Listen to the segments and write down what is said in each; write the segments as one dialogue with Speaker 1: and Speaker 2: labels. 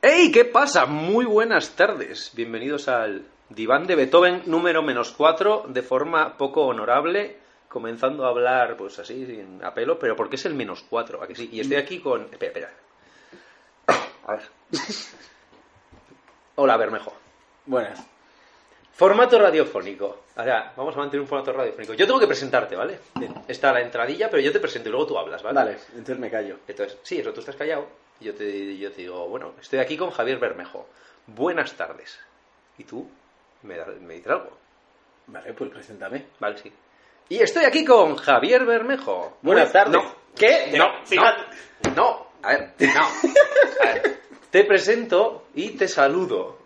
Speaker 1: ¡Hey! ¿Qué pasa? Muy buenas tardes. Bienvenidos al diván de Beethoven número menos 4, de forma poco honorable, comenzando a hablar, pues así, sin apelo, pero porque es el menos 4, ¿a que sí? Y estoy aquí con... Espera, espera. A ver. Hola, Bermejo.
Speaker 2: Buenas.
Speaker 1: Formato radiofónico. Ahora, vamos a mantener un formato radiofónico. Yo tengo que presentarte, ¿vale?
Speaker 2: Bien.
Speaker 1: Está la entradilla, pero yo te presento y luego tú hablas, ¿vale?
Speaker 2: Vale, entonces me callo.
Speaker 1: Entonces, sí, eso tú estás callado. Yo te, yo te digo, bueno, estoy aquí con Javier Bermejo. Buenas tardes. Y tú me, da- me dices algo.
Speaker 2: Vale, pues preséntame.
Speaker 1: Vale, sí. Y estoy aquí con Javier Bermejo.
Speaker 2: Buenas tardes.
Speaker 1: No. ¿Qué? No, no, no. A ver, no. A ver. Te presento y te saludo.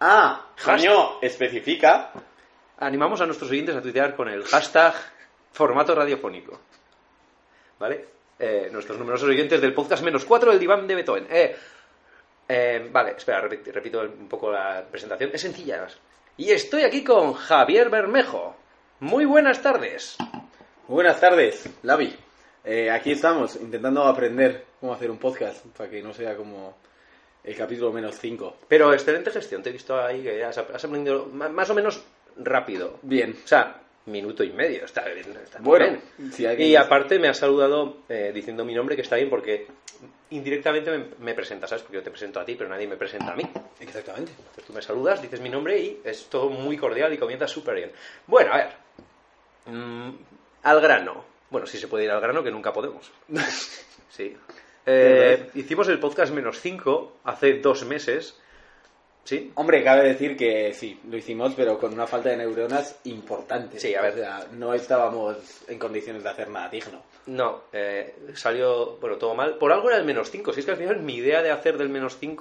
Speaker 2: Ah,
Speaker 3: Coño, especifica.
Speaker 1: Animamos a nuestros oyentes a tuitear con el hashtag formato radiofónico. ¿Vale? Eh, nuestros numerosos oyentes del podcast menos 4 del diván de Beethoven. Eh, eh, vale, espera, repi- repito, el- un poco la presentación. Es sencilla. además. Y estoy aquí con Javier Bermejo. Muy buenas tardes.
Speaker 2: buenas tardes, Lavi. Eh, aquí estamos intentando aprender cómo hacer un podcast para que no sea como el capítulo menos 5.
Speaker 1: Pero excelente gestión, te he visto ahí que has, has aprendido ma- más o menos rápido.
Speaker 2: Bien.
Speaker 1: O sea, minuto y medio, está bien. está muy
Speaker 2: Bueno,
Speaker 1: bien.
Speaker 2: si alguien-
Speaker 1: Y aparte me has saludado eh, diciendo mi nombre, que está bien, porque indirectamente me, me presentas, ¿sabes? Porque yo te presento a ti, pero nadie me presenta a mí.
Speaker 2: Exactamente.
Speaker 1: Entonces tú me saludas, dices mi nombre y es todo muy cordial y comienza súper bien. Bueno, a ver. Mm, al grano. Bueno, si se puede ir al grano, que nunca podemos. Sí. Eh, hicimos el podcast menos 5 hace dos meses. ¿Sí?
Speaker 2: Hombre, cabe decir que sí, lo hicimos, pero con una falta de neuronas importante.
Speaker 1: Sí, a ver.
Speaker 2: O sea, no estábamos en condiciones de hacer nada digno.
Speaker 1: No, eh, salió, bueno, todo mal. Por algo era el menos 5. Si es que al final mi idea de hacer del menos 5